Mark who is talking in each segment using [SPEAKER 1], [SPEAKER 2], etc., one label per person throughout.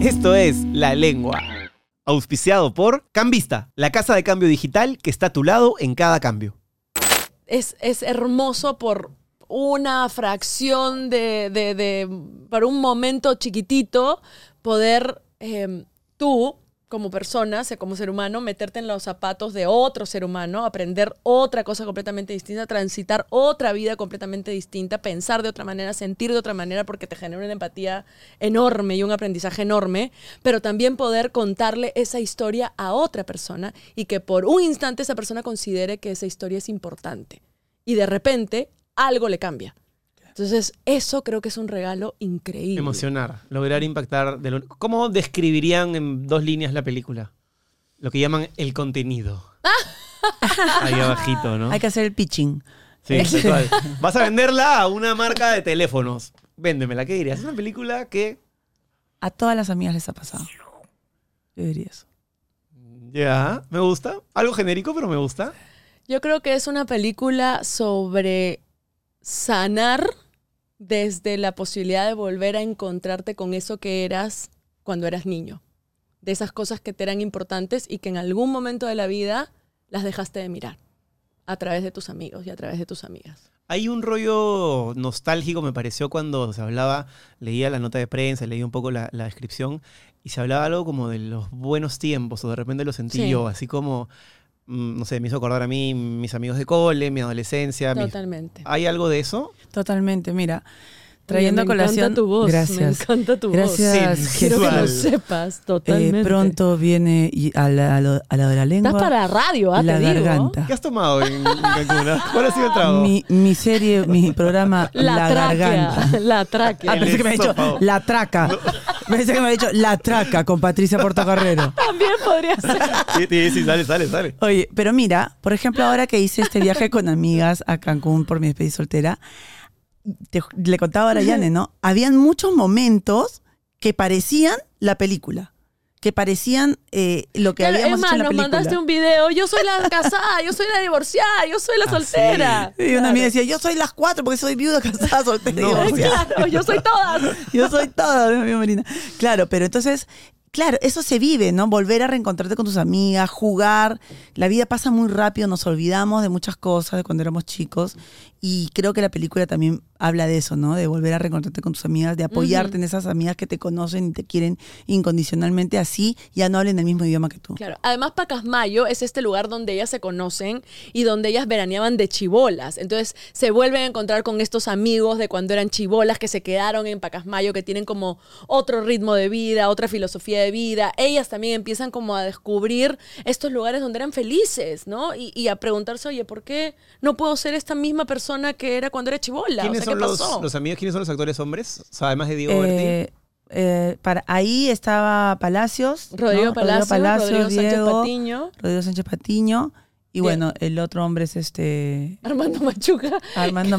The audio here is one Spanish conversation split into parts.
[SPEAKER 1] Esto es La Lengua. Auspiciado por Cambista, la casa de cambio digital que está a tu lado en cada cambio.
[SPEAKER 2] Es, es hermoso por una fracción de, de, de- por un momento chiquitito, poder eh, tú, como persona, se- como ser humano, meterte en los zapatos de otro ser humano, aprender otra cosa completamente distinta, transitar otra vida completamente distinta, pensar de otra manera, sentir de otra manera, porque te genera una empatía enorme y un aprendizaje enorme, pero también poder contarle esa historia a otra persona y que por un instante esa persona considere que esa historia es importante y de repente algo le cambia. Entonces, eso creo que es un regalo increíble.
[SPEAKER 1] Emocionar, lograr impactar. de lo- ¿Cómo describirían en dos líneas la película? Lo que llaman el contenido. Ahí abajito, ¿no?
[SPEAKER 3] Hay que hacer el pitching.
[SPEAKER 1] Sí, tal cual. Vas a venderla a una marca de teléfonos. Véndemela, ¿qué dirías? Es una película que...
[SPEAKER 3] A todas las amigas les ha pasado. Yo diría eso.
[SPEAKER 1] Ya, me gusta. Algo genérico, pero me gusta.
[SPEAKER 2] Yo creo que es una película sobre sanar desde la posibilidad de volver a encontrarte con eso que eras cuando eras niño. De esas cosas que te eran importantes y que en algún momento de la vida las dejaste de mirar a través de tus amigos y a través de tus amigas.
[SPEAKER 1] Hay un rollo nostálgico, me pareció, cuando se hablaba, leía la nota de prensa, leía un poco la, la descripción, y se hablaba algo como de los buenos tiempos, o de repente lo sentí
[SPEAKER 2] Sí.
[SPEAKER 1] yo, así como, mm, no sé, me hizo acordar a mí, mis amigos de cole, mi adolescencia. mis-
[SPEAKER 2] Totalmente.
[SPEAKER 3] Ah,
[SPEAKER 1] ¿Hay algo de eso?
[SPEAKER 3] Totalmente, mira. Trayendo
[SPEAKER 2] Oye, me
[SPEAKER 3] colación.
[SPEAKER 2] encanta tu voz.
[SPEAKER 3] Gracias.
[SPEAKER 2] Me encanta tu voz.
[SPEAKER 3] Gracias,
[SPEAKER 1] Sí,
[SPEAKER 2] Quiero que lo
[SPEAKER 1] visual.
[SPEAKER 2] sepas
[SPEAKER 3] Eh,
[SPEAKER 2] totalmente.
[SPEAKER 3] pronto viene y a la, a lo- a la de la lengua.
[SPEAKER 2] Estás para radio, ¿ah?
[SPEAKER 3] la
[SPEAKER 2] te digo.
[SPEAKER 3] garganta.
[SPEAKER 1] ¿Qué has tomado en, en Cancún? ah? ¿Cuál ha sido el trago?
[SPEAKER 3] Mi, mi serie, mi programa
[SPEAKER 2] La,
[SPEAKER 3] La,
[SPEAKER 2] tráquea.
[SPEAKER 3] Garganta.
[SPEAKER 2] La
[SPEAKER 3] Ah,
[SPEAKER 2] tráquea.
[SPEAKER 1] El
[SPEAKER 3] pensé que me había dicho
[SPEAKER 1] esófago.
[SPEAKER 3] La Traca. Pensé que me había dicho La Traca con Patricia Portocarrero.
[SPEAKER 2] También podría ser.
[SPEAKER 1] Sí, sí, sí, sale, sale, sale.
[SPEAKER 3] Oye, pero mira, por ejemplo, ahora que hice este viaje con amigas a Cancún por mi despedida soltera, te ju- le contaba ahora a Yane, ¿no? Habían muchos momentos que parecían la película, que parecían eh, lo que
[SPEAKER 2] Claro,
[SPEAKER 3] habíamos
[SPEAKER 2] es más,
[SPEAKER 3] hecho en la
[SPEAKER 2] nos
[SPEAKER 3] película.
[SPEAKER 2] mandaste un video. Yo soy la casada, yo soy la divorciada, yo soy la
[SPEAKER 1] Ah,
[SPEAKER 2] soltera.
[SPEAKER 3] Y una amiga decía, yo soy las cuatro porque soy viuda, casada, soltera. y
[SPEAKER 1] No.
[SPEAKER 2] Claro,
[SPEAKER 3] divorciada".
[SPEAKER 2] claro, yo soy todas.
[SPEAKER 3] Yo soy toda, mi amiga Marina. Claro, pero entonces, claro, eso se vive, ¿no? Volver a reencontrarte con tus amigas, jugar. La vida pasa muy rápido, nos olvidamos de muchas cosas de cuando éramos chicos. Y creo que la película también habla de eso, ¿no? De volver a reencontrarte con tus amigas, de apoyarte en esas amigas que te conocen y te quieren incondicionalmente, así ya no hablen el mismo idioma que tú.
[SPEAKER 2] Claro. Además, Pacasmayo es este lugar donde ellas se conocen y donde ellas veraneaban de chibolas. Entonces se vuelven a encontrar con estos amigos de cuando eran chibolas que se quedaron en Pacasmayo, que tienen como otro ritmo de vida, otra filosofía de vida. Ellas también empiezan como a descubrir estos lugares donde eran felices, ¿no? Y, y a preguntarse, oye, ¿por qué no puedo ser esta misma persona que era cuando era chibola? O
[SPEAKER 1] ¿Quiénes
[SPEAKER 2] sea,
[SPEAKER 1] son
[SPEAKER 2] ¿qué
[SPEAKER 1] los,
[SPEAKER 2] pasó?
[SPEAKER 1] los amigos? ¿Quiénes son los actores hombres? O sea, además de Diego Berti.
[SPEAKER 3] Eh, eh, para, ahí estaba Palacios.
[SPEAKER 2] Rodrigo
[SPEAKER 3] ¿no?
[SPEAKER 2] Palacios, Rodrigo Sánchez
[SPEAKER 3] Diego,
[SPEAKER 2] Patiño.
[SPEAKER 3] Rodrigo Sánchez Patiño. Y
[SPEAKER 2] Bien.
[SPEAKER 3] bueno, el otro hombre es este.
[SPEAKER 2] Armando Machuca.
[SPEAKER 3] Armando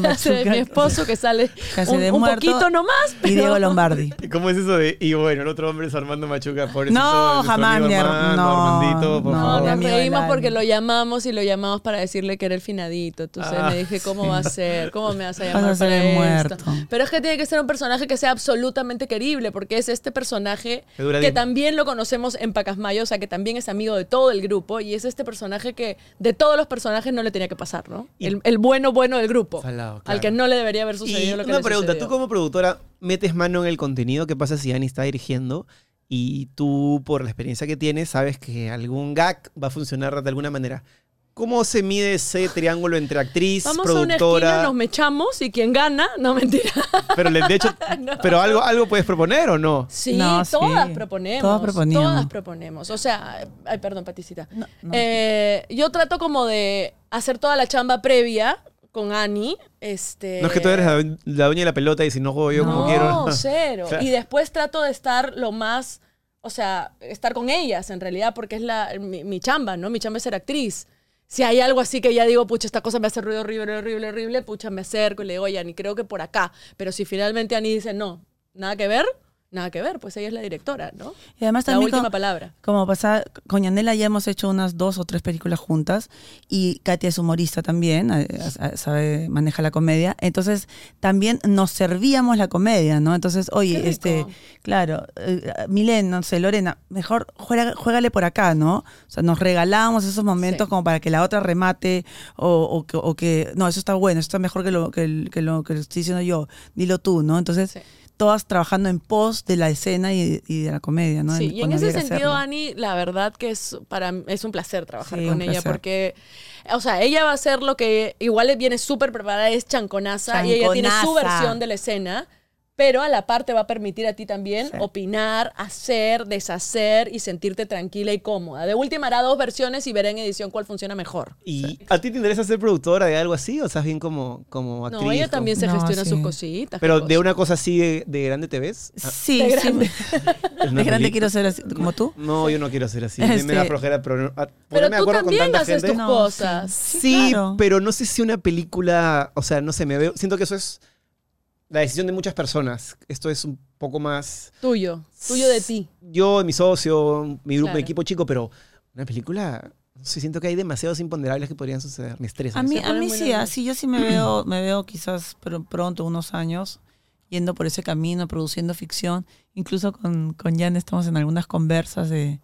[SPEAKER 2] que hace de
[SPEAKER 3] Machuca.
[SPEAKER 2] Mi esposo que sale
[SPEAKER 3] Casi
[SPEAKER 2] un,
[SPEAKER 3] de
[SPEAKER 2] un
[SPEAKER 3] muerto.
[SPEAKER 2] poquito nomás.
[SPEAKER 3] Y
[SPEAKER 2] pero-
[SPEAKER 3] Diego Lombardi.
[SPEAKER 1] ¿Y ¿Cómo es eso de.? Y bueno, el otro hombre es Armando Machuca, pobrecito.
[SPEAKER 3] No,
[SPEAKER 1] nuestro
[SPEAKER 3] jamás,
[SPEAKER 1] amigo
[SPEAKER 3] mi her-
[SPEAKER 1] Armando,
[SPEAKER 3] no,
[SPEAKER 1] Armandito, por
[SPEAKER 3] no,
[SPEAKER 2] No,
[SPEAKER 1] favor.
[SPEAKER 3] mi
[SPEAKER 2] nos
[SPEAKER 3] amigo del
[SPEAKER 2] reímos
[SPEAKER 3] alma.
[SPEAKER 2] porque lo llamamos y lo llamamos para decirle que era el finadito. Entonces
[SPEAKER 1] Ah,
[SPEAKER 2] me dije, ¿cómo va a ser? ¿Cómo me vas a
[SPEAKER 3] Vas
[SPEAKER 2] llamar
[SPEAKER 3] a ser
[SPEAKER 2] para
[SPEAKER 3] el
[SPEAKER 2] esto?
[SPEAKER 3] muerto.
[SPEAKER 2] Pero es que tiene que ser un personaje que sea absolutamente querible, porque es este personaje
[SPEAKER 1] Que dura
[SPEAKER 2] que
[SPEAKER 1] diez-
[SPEAKER 2] también lo conocemos en Pacasmayo, o sea, que también es amigo de todo el grupo, y es este personaje que de todos los personajes no le tenía que pasar, ¿no?
[SPEAKER 1] Y-
[SPEAKER 2] El, el bueno bueno del grupo,
[SPEAKER 1] Salado,
[SPEAKER 2] al
[SPEAKER 1] claro.
[SPEAKER 2] que no le debería haber sucedido
[SPEAKER 1] Y
[SPEAKER 2] lo que
[SPEAKER 1] una
[SPEAKER 2] le
[SPEAKER 1] pregunta,
[SPEAKER 2] sucedió.
[SPEAKER 1] tú como productora metes mano en el contenido, ¿qué pasa si Dani está dirigiendo? Y tú, por la experiencia que tienes, sabes que algún gag va a funcionar de alguna manera. ¿Cómo se mide ese triángulo entre actriz,
[SPEAKER 2] Vamos a una esquina,
[SPEAKER 1] productora?
[SPEAKER 2] nos mechamos y quien gana, no mentira.
[SPEAKER 1] Pero le- de hecho,
[SPEAKER 2] No.
[SPEAKER 1] pero algo, algo puedes proponer o no.
[SPEAKER 2] Sí,
[SPEAKER 3] No,
[SPEAKER 2] todas
[SPEAKER 3] sí.
[SPEAKER 2] proponemos.
[SPEAKER 3] Todas
[SPEAKER 2] Todas
[SPEAKER 3] proponíamos.
[SPEAKER 2] proponemos. O sea, ay, perdón, Paticita. Eh, yo trato como de hacer toda la chamba previa con Ani. Este,
[SPEAKER 1] No es que tú eres la, la dueña de la pelota y si no juego yo como
[SPEAKER 2] no,
[SPEAKER 1] quiero.
[SPEAKER 2] cero.
[SPEAKER 1] Claro.
[SPEAKER 2] Y después trato de estar lo más, o sea, estar con ellas en realidad, porque es la, mi, mi chamba, ¿no? Mi chamba es ser actriz. Si hay algo así que ya digo, pucha, esta cosa me hace ruido horrible, horrible, horrible, pucha, me acerco y le digo, oye, Ani, creo que por acá. Pero si finalmente Ani dice, no, nada que ver, nada que ver, pues ella es la directora, ¿no?
[SPEAKER 3] Y además
[SPEAKER 2] La
[SPEAKER 3] también
[SPEAKER 2] última
[SPEAKER 3] como-
[SPEAKER 2] palabra.
[SPEAKER 3] Como pasa, con Yanela ya hemos hecho unas dos o tres películas juntas y Katia es humorista también, a- a- sabe, maneja la comedia. Entonces también nos servíamos la comedia, ¿no? Entonces,
[SPEAKER 2] Qué
[SPEAKER 3] oye,
[SPEAKER 2] rico.
[SPEAKER 3] este, claro, eh, Milen, no sé, Lorena, mejor juega, juégale por acá, ¿no? O sea, nos regalábamos esos momentos
[SPEAKER 2] Sí.
[SPEAKER 3] como para que la otra remate o, o que, o que, no, eso está bueno, eso está mejor que lo que, el- que lo que estoy diciendo yo, dilo tú, ¿no? Entonces...
[SPEAKER 2] Sí.
[SPEAKER 3] Todas trabajando en pos de la escena y, y de la comedia, ¿no?
[SPEAKER 2] Sí, y en
[SPEAKER 3] cuando
[SPEAKER 2] ese
[SPEAKER 3] había que
[SPEAKER 2] sentido,
[SPEAKER 3] hacerlo.
[SPEAKER 2] Ani, la verdad que es para mí- es un placer trabajar
[SPEAKER 3] Sí,
[SPEAKER 2] con
[SPEAKER 3] un
[SPEAKER 2] ella
[SPEAKER 3] placer.
[SPEAKER 2] porque, o sea, ella va a hacer lo que igual viene súper preparada, es chanconaza, y ella tiene su
[SPEAKER 3] Chanconaza.
[SPEAKER 2] versión de la escena, pero a la par te va a permitir a ti también
[SPEAKER 3] Sí.
[SPEAKER 2] opinar, hacer, deshacer y sentirte tranquila y cómoda. De última hará dos versiones y veré en edición cuál funciona mejor.
[SPEAKER 1] ¿Y a ti te interesa ser productora de algo así o estás bien como, como actriz?
[SPEAKER 2] no, ella
[SPEAKER 1] como-
[SPEAKER 2] también se
[SPEAKER 3] No,
[SPEAKER 2] gestiona
[SPEAKER 3] sí.
[SPEAKER 2] sus cositas.
[SPEAKER 1] Pero
[SPEAKER 2] qué
[SPEAKER 1] de
[SPEAKER 2] cosa.
[SPEAKER 1] una cosa así de, de grande te ves.
[SPEAKER 3] Sí,
[SPEAKER 2] Ah, De
[SPEAKER 3] sí.
[SPEAKER 2] grande.
[SPEAKER 1] ¿En una
[SPEAKER 3] De grande
[SPEAKER 1] película?
[SPEAKER 3] quiero ser así, como tú.
[SPEAKER 1] No, yo no quiero ser así. Me- Me da
[SPEAKER 3] Este-
[SPEAKER 1] flojera, pero. ah,
[SPEAKER 2] Pero
[SPEAKER 1] ponerme de
[SPEAKER 2] tú
[SPEAKER 1] acuerdo con
[SPEAKER 2] también
[SPEAKER 1] tanta
[SPEAKER 2] haces
[SPEAKER 1] gente.
[SPEAKER 2] tus
[SPEAKER 3] No,
[SPEAKER 2] cosas.
[SPEAKER 1] Sí,
[SPEAKER 3] claro.
[SPEAKER 1] pero no sé si una película, o sea, no sé, me veo, siento que eso es la decisión de muchas personas. Esto es un poco más
[SPEAKER 2] Tuyo, tuyo de ti.
[SPEAKER 1] yo, mi socio, mi grupo,
[SPEAKER 2] Claro.
[SPEAKER 1] mi equipo chico, pero una película, no sé, siento que hay demasiados imponderables que podrían suceder, me estresa.
[SPEAKER 3] A mí,
[SPEAKER 2] Se
[SPEAKER 3] a
[SPEAKER 2] ponen
[SPEAKER 3] mí
[SPEAKER 2] muy
[SPEAKER 3] sí,
[SPEAKER 2] nerviosos.
[SPEAKER 3] así yo sí me veo, me veo quizás pr- pronto, unos años, yendo por ese camino, produciendo ficción. Incluso con, con Jan estamos en algunas conversas de,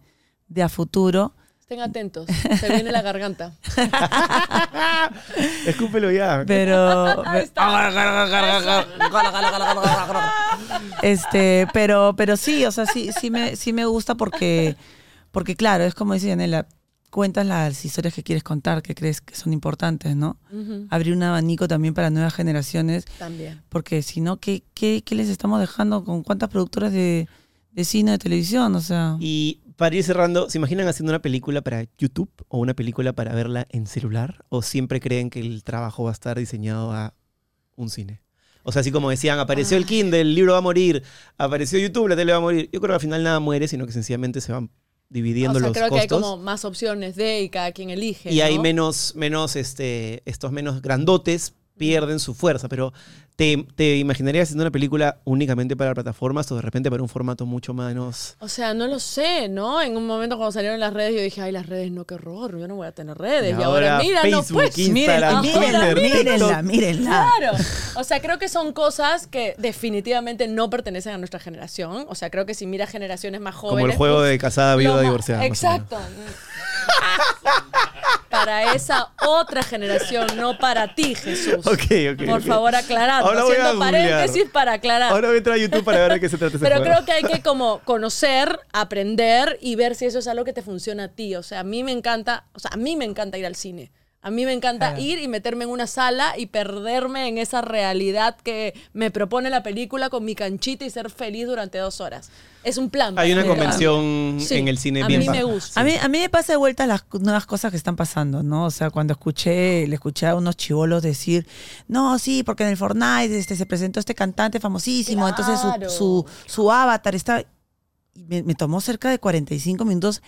[SPEAKER 3] de a futuro.
[SPEAKER 2] Estén atentos, se viene la garganta.
[SPEAKER 1] Escúpelo ya.
[SPEAKER 3] Pero. Ah, este, pero, pero sí, o sea, sí, sí me, sí me gusta porque, porque claro, es como dice Yanela, cuentas las historias que quieres contar, que crees que son importantes, ¿no?
[SPEAKER 2] Ujú,
[SPEAKER 3] Abrir un abanico también para nuevas generaciones,
[SPEAKER 2] También.
[SPEAKER 3] porque si no, ¿qué, qué, qué les estamos dejando con cuántas productoras de, de cine, de televisión? O sea,
[SPEAKER 1] Y para ir cerrando, ¿se imaginan haciendo una película para YouTube o una película para verla en celular? ¿O siempre creen que el trabajo va a estar diseñado a un cine? O sea, así como decían, apareció
[SPEAKER 2] Ah.
[SPEAKER 1] el Kindle, el libro va a morir, apareció YouTube, la tele va a morir. Yo creo que al final nada muere, sino que sencillamente se van dividiendo
[SPEAKER 2] o sea,
[SPEAKER 1] los
[SPEAKER 2] creo que hay
[SPEAKER 1] costos.
[SPEAKER 2] como más opciones de y cada quien elige.
[SPEAKER 1] y hay
[SPEAKER 2] ¿no?
[SPEAKER 1] menos, menos este, estos menos grandotes pierden su fuerza, pero ¿te, ¿te imaginarías haciendo una película únicamente para plataformas o de repente para un formato mucho menos...
[SPEAKER 2] O sea, no lo sé, ¿no? En un momento cuando salieron las redes, yo dije, ay, las redes, no, qué horror, yo no voy a tener redes. Y, ahora, mira, no, pues.
[SPEAKER 1] Instagram,
[SPEAKER 2] miren,
[SPEAKER 1] Twitter,
[SPEAKER 2] miren,
[SPEAKER 1] TikTok.
[SPEAKER 3] mírenla, mírenla.
[SPEAKER 2] Claro. O sea, creo que son cosas que definitivamente no pertenecen a nuestra generación. O sea, creo que si miras generaciones más jóvenes.
[SPEAKER 1] Como el juego
[SPEAKER 2] pues,
[SPEAKER 1] de casada, viuda,
[SPEAKER 2] Lo ma-
[SPEAKER 1] divorciada. más o menos.
[SPEAKER 2] Exacto. Para esa otra generación, no para ti,
[SPEAKER 1] Ok,
[SPEAKER 2] Jesús.
[SPEAKER 1] ok,
[SPEAKER 2] Por
[SPEAKER 1] ok.
[SPEAKER 2] favor, aclarando.
[SPEAKER 1] Ahora voy a
[SPEAKER 2] Haciendo
[SPEAKER 1] googlear.
[SPEAKER 2] paréntesis para aclarar.
[SPEAKER 1] Ahora voy a entrar a YouTube para ver de qué se trata ese
[SPEAKER 2] Pero
[SPEAKER 1] juego.
[SPEAKER 2] creo que hay que como conocer, aprender y ver si eso es algo que te funciona a ti. O sea, a mí me encanta, o sea, a mí me encanta ir al cine. A mí me encanta
[SPEAKER 1] Ah.
[SPEAKER 3] Claro.
[SPEAKER 2] ir y meterme en una sala y perderme en esa realidad que me propone la película con mi canchita y ser feliz durante dos horas. Es un plan.
[SPEAKER 1] Hay una
[SPEAKER 2] para mí.
[SPEAKER 1] convención
[SPEAKER 2] Sí,
[SPEAKER 1] en el cine
[SPEAKER 2] a
[SPEAKER 1] bien
[SPEAKER 2] mí me
[SPEAKER 1] baja.
[SPEAKER 2] gusta.
[SPEAKER 3] A mí, a mí me pasa de vuelta las cu- nuevas cosas que están pasando, ¿no? O sea, cuando escuché, le escuché a unos chivolos decir, no, sí, porque en el Fortnite este, se presentó este cantante famosísimo,
[SPEAKER 2] Claro.
[SPEAKER 3] entonces su, su, su avatar está... y Me, me tomó cerca de 45 minutos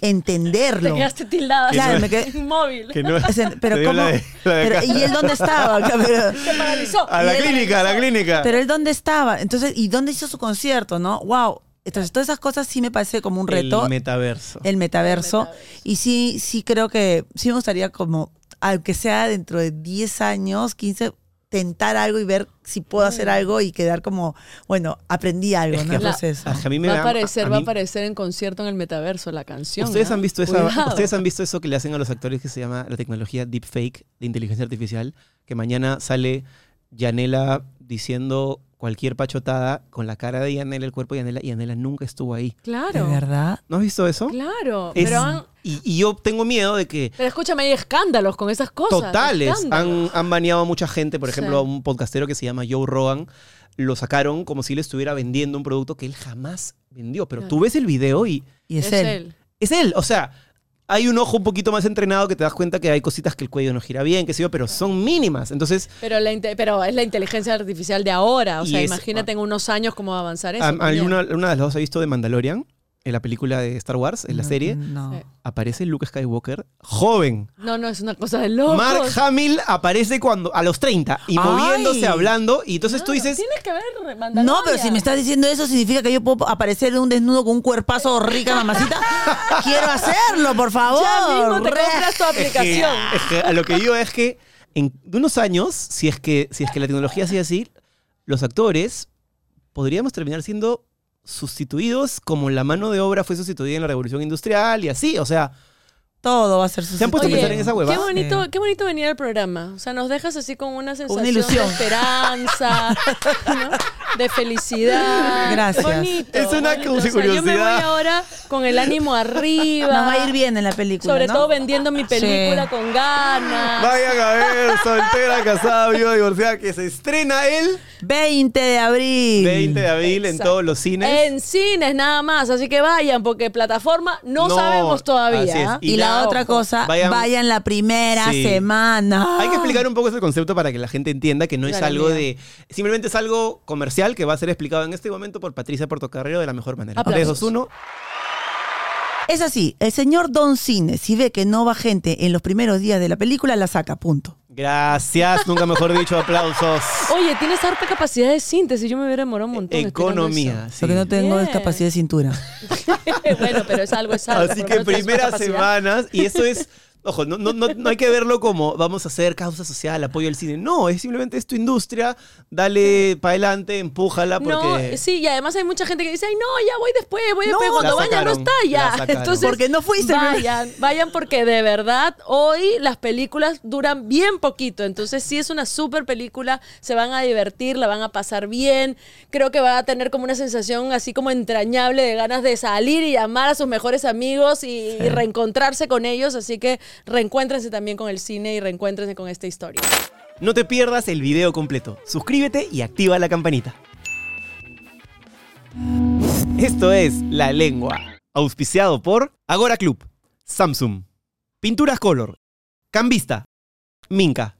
[SPEAKER 2] Te
[SPEAKER 3] entenderlo.
[SPEAKER 2] quedaste tildada.
[SPEAKER 3] Claro,
[SPEAKER 2] así,
[SPEAKER 3] me quedé-
[SPEAKER 2] inmóvil.
[SPEAKER 1] Que no-
[SPEAKER 3] O sea,
[SPEAKER 1] te
[SPEAKER 3] pero
[SPEAKER 1] dio
[SPEAKER 3] cómo...
[SPEAKER 1] la de- la de
[SPEAKER 3] pero-
[SPEAKER 1] acá.
[SPEAKER 3] ¿Y él dónde estaba? Pero-
[SPEAKER 2] Se paralizó.
[SPEAKER 1] A
[SPEAKER 2] Y
[SPEAKER 1] la
[SPEAKER 2] él-
[SPEAKER 1] clínica, a la clínica.
[SPEAKER 3] Pero él dónde estaba, entonces, ¿y dónde hizo su concierto, no? Wow. Entonces, todas esas cosas sí me parece como un reto.
[SPEAKER 1] El metaverso.
[SPEAKER 3] El metaverso.
[SPEAKER 2] El metaverso.
[SPEAKER 3] Y sí, sí creo que sí me gustaría como, aunque sea dentro de 10 años, 15, tentar algo y ver si puedo hacer
[SPEAKER 2] Mm.
[SPEAKER 3] algo y quedar como, bueno, aprendí algo,
[SPEAKER 1] Es
[SPEAKER 3] ¿no?
[SPEAKER 1] que-
[SPEAKER 3] El proceso.
[SPEAKER 1] Ah, que a mí me
[SPEAKER 2] Va a
[SPEAKER 1] da-
[SPEAKER 2] aparecer, va a
[SPEAKER 1] mí-
[SPEAKER 2] aparecer en concierto en el metaverso la canción.
[SPEAKER 1] ¿Ustedes
[SPEAKER 2] ¿ah?
[SPEAKER 1] han, visto esa,
[SPEAKER 2] Cuidado.
[SPEAKER 1] Ustedes han visto eso que le hacen a los actores que se llama la tecnología deepfake de inteligencia artificial, que mañana sale Yanela diciendo cualquier pachotada con la cara de Yanela, el cuerpo de Yanela, y Yanela nunca estuvo ahí.
[SPEAKER 3] ¿De
[SPEAKER 2] Claro.
[SPEAKER 3] verdad?
[SPEAKER 1] ¿No has visto eso?
[SPEAKER 2] Claro.
[SPEAKER 1] Es-
[SPEAKER 2] Pero han,
[SPEAKER 1] y, y yo tengo miedo de que
[SPEAKER 2] Pero escúchame, hay escándalos con esas cosas.
[SPEAKER 1] totales.
[SPEAKER 2] escándalos.
[SPEAKER 1] Han, han baneado a mucha gente. Por
[SPEAKER 2] Sí.
[SPEAKER 1] ejemplo, a un podcastero que se llama Joe Rogan lo sacaron como si le estuviera vendiendo un producto que él jamás vendió. Pero
[SPEAKER 2] Claro.
[SPEAKER 1] tú ves el video y
[SPEAKER 3] Y es, él.
[SPEAKER 1] es él. O sea, hay un ojo un poquito más entrenado que te das cuenta que hay cositas que el cuello no gira bien, qué sé yo, pero son mínimas. Entonces,
[SPEAKER 2] Pero, la inte- pero es la inteligencia artificial de ahora. O
[SPEAKER 1] Y
[SPEAKER 2] sea,
[SPEAKER 1] es-
[SPEAKER 2] imagínate en unos años cómo va a avanzar eso.
[SPEAKER 1] a- a-
[SPEAKER 2] también.
[SPEAKER 1] una, una de las dos ha visto de Mandalorian. en la película de Star Wars, en la serie,
[SPEAKER 3] No.
[SPEAKER 2] Sí.
[SPEAKER 1] aparece Luke Skywalker joven.
[SPEAKER 2] No, no, es una cosa de locos.
[SPEAKER 1] Mark Hamill aparece cuando a los 30 y
[SPEAKER 3] Ay.
[SPEAKER 1] moviéndose, hablando, y entonces tú
[SPEAKER 2] Claro,
[SPEAKER 1] dices,
[SPEAKER 2] Tienes que ver Mandalorian.
[SPEAKER 3] No, pero si me estás diciendo eso, significa que yo puedo aparecer de un desnudo con un cuerpazo rica, mamacita. Quiero hacerlo, por favor.
[SPEAKER 2] Ya mismo te
[SPEAKER 3] Re-
[SPEAKER 2] compras tu
[SPEAKER 1] Es que-
[SPEAKER 2] aplicación.
[SPEAKER 1] es que a lo que digo es que en unos años, si es que, si es que la tecnología sigue así, los actores podríamos terminar siendo sustituidos como la mano de obra fue sustituida en la revolución industrial y así. O sea,
[SPEAKER 3] Todo va a ser
[SPEAKER 1] ¿Se han puesto a
[SPEAKER 2] Oye,
[SPEAKER 1] pensar en esa hueva?
[SPEAKER 2] Qué bonito, qué bonito venir al programa. O sea, nos dejas así con una sensación
[SPEAKER 3] ilusión.
[SPEAKER 2] de esperanza, ¿no? de felicidad.
[SPEAKER 3] Gracias.
[SPEAKER 2] Bonito,
[SPEAKER 1] Es una
[SPEAKER 2] bonito. O sea, yo me
[SPEAKER 1] curiosidad.
[SPEAKER 2] voy ahora con el ánimo arriba.
[SPEAKER 3] Nos va a ir bien en la película,
[SPEAKER 2] Sobre
[SPEAKER 3] ¿no?
[SPEAKER 2] todo vendiendo mi película
[SPEAKER 3] Sí.
[SPEAKER 2] con ganas.
[SPEAKER 1] vayan a ver, soltera, casada, viuda, divorciada, que se estrena el
[SPEAKER 3] 20 de abril.
[SPEAKER 1] 20 de abril en
[SPEAKER 2] Exacto. Eh,
[SPEAKER 1] todos los cines.
[SPEAKER 2] En cines nada más, así que vayan, porque plataforma no,
[SPEAKER 1] No,
[SPEAKER 2] sabemos
[SPEAKER 1] así es.
[SPEAKER 2] todavía. ¿ah?
[SPEAKER 3] Y, la otra cosa,
[SPEAKER 1] vayan-
[SPEAKER 3] vayan, la primera
[SPEAKER 1] Sí.
[SPEAKER 3] semana.
[SPEAKER 1] Hay que explicar un poco ese concepto para que la gente entienda que no es
[SPEAKER 2] Claro,
[SPEAKER 1] algo
[SPEAKER 2] mira.
[SPEAKER 1] de. Simplemente es algo comercial que va a ser explicado en este momento por Patricia Portocarrero de la mejor manera.
[SPEAKER 2] Aplausos.
[SPEAKER 1] 3, 2, 1.
[SPEAKER 3] Es así, el señor Don Cine, si ve que no va gente en los primeros días de la película, la saca, punto.
[SPEAKER 1] Gracias, nunca mejor dicho, aplausos.
[SPEAKER 2] Oye, tienes harta capacidad de síntesis, yo me hubiera demorado un montón. estirando
[SPEAKER 1] Economía. sí.
[SPEAKER 3] Porque no tengo
[SPEAKER 2] Bien.
[SPEAKER 3] discapacidad de cintura.
[SPEAKER 2] eso. bueno, pero es algo, es algo.
[SPEAKER 1] Así
[SPEAKER 2] por
[SPEAKER 1] que
[SPEAKER 2] lo menos tienes una
[SPEAKER 1] primeras
[SPEAKER 2] capacidad.
[SPEAKER 1] semanas, y eso es, ojo, no, no, no, no hay que verlo como vamos a hacer causa social, apoyo al cine. No, es simplemente es tu industria, dale para adelante, empújala porque...
[SPEAKER 2] No, sí, y además hay mucha gente que dice, ay, no, ya voy después, voy
[SPEAKER 3] No,
[SPEAKER 2] después,
[SPEAKER 1] la
[SPEAKER 2] cuando vayan no
[SPEAKER 1] sacaron,
[SPEAKER 2] está
[SPEAKER 1] la
[SPEAKER 2] ya.
[SPEAKER 1] sacaron.
[SPEAKER 2] Entonces,
[SPEAKER 3] Porque no fuiste, ¿verdad?
[SPEAKER 2] Vayan, vayan porque de verdad hoy las películas duran bien poquito, entonces sí es una super película, se van a divertir, la van a pasar bien, creo que va a tener como una sensación así como entrañable de ganas de salir y llamar a sus mejores amigos y, y reencontrarse con ellos, así que reencuéntrense también con el cine y reencuéntrense con esta historia.
[SPEAKER 1] No te pierdas el video completo. Suscríbete y activa la campanita. Esto es La Lengua, auspiciado por Agora Club, Samsung, Pinturas Color, Cambista, Minca,